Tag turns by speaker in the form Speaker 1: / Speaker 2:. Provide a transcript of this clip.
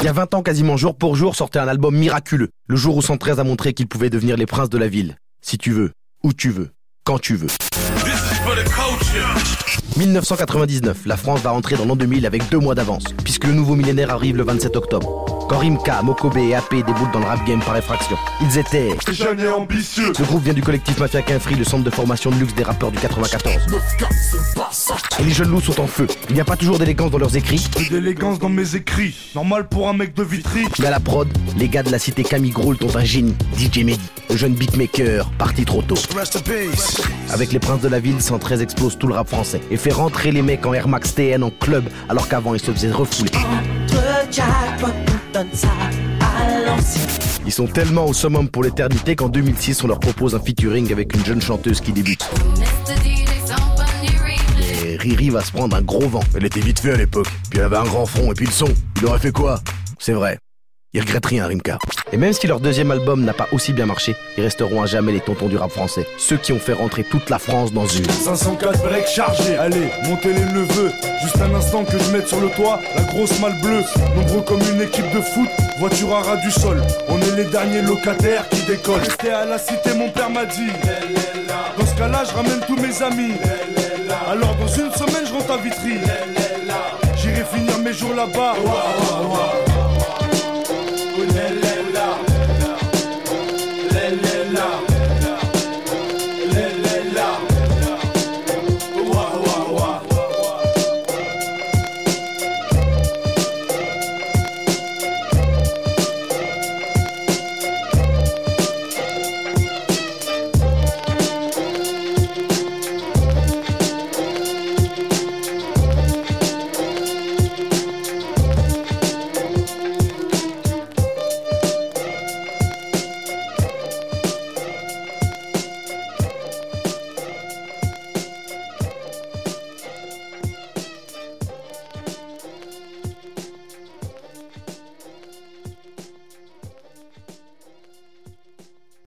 Speaker 1: Il y a 20 ans quasiment jour pour jour sortait un album miraculeux, le jour où 113 a montré qu'ils pouvaient devenir les princes de la ville. Si tu veux, où tu veux, quand tu veux. 1999, la France va entrer dans l'an 2000 avec deux mois d'avance, puisque le nouveau millénaire arrive le 27 octobre. Quand Rimka, Mokobe et AP débutent dans le rap game par effraction, ils étaient...
Speaker 2: Jeune et ambitieux.
Speaker 1: Ce groupe vient du collectif Mafia Quinfree, le centre de formation de luxe des rappeurs du 94. Et les jeunes loups sont en feu. Il n'y a pas toujours d'élégance dans leurs écrits,
Speaker 2: Peu d'élégance dans mes écrits. Normal pour un mec de vitry.
Speaker 1: mais à la prod, les gars de la cité Camille Groult ont un génie, DJ Mehdi, le jeune beatmaker, parti trop tôt. Avec les princes de la ville, 113 explose tout le rap français et fait rentrer les mecs en Air Max TN en club, alors qu'avant ils se faisaient refouler.
Speaker 3: Entre jackpot, on donne ça à l'ancien.
Speaker 1: Ils sont tellement au summum pour l'éternité qu'en 2006, on leur propose un featuring avec une jeune chanteuse qui débute. Et Riri va se prendre un gros vent. Elle était vite fait à l'époque. Puis elle avait un grand front et puis le son. Il aurait fait quoi C'est vrai. Ils regrettent rien, Rimka. Et même si leur deuxième album n'a pas aussi bien marché, ils resteront à jamais les tontons du rap français. Ceux qui ont fait rentrer toute la France dans une.
Speaker 2: 504 breaks chargés, allez, montez les neveux. Juste un instant que je mette sur le toit la grosse malle bleue. Nombreux comme une équipe de foot, voiture à ras du sol. On est les derniers locataires qui décollent. Restez à la cité, mon père m'a dit. Dans ce cas-là, je ramène tous mes amis. Alors dans une semaine, je rentre à Vitry. J'irai finir mes jours là-bas.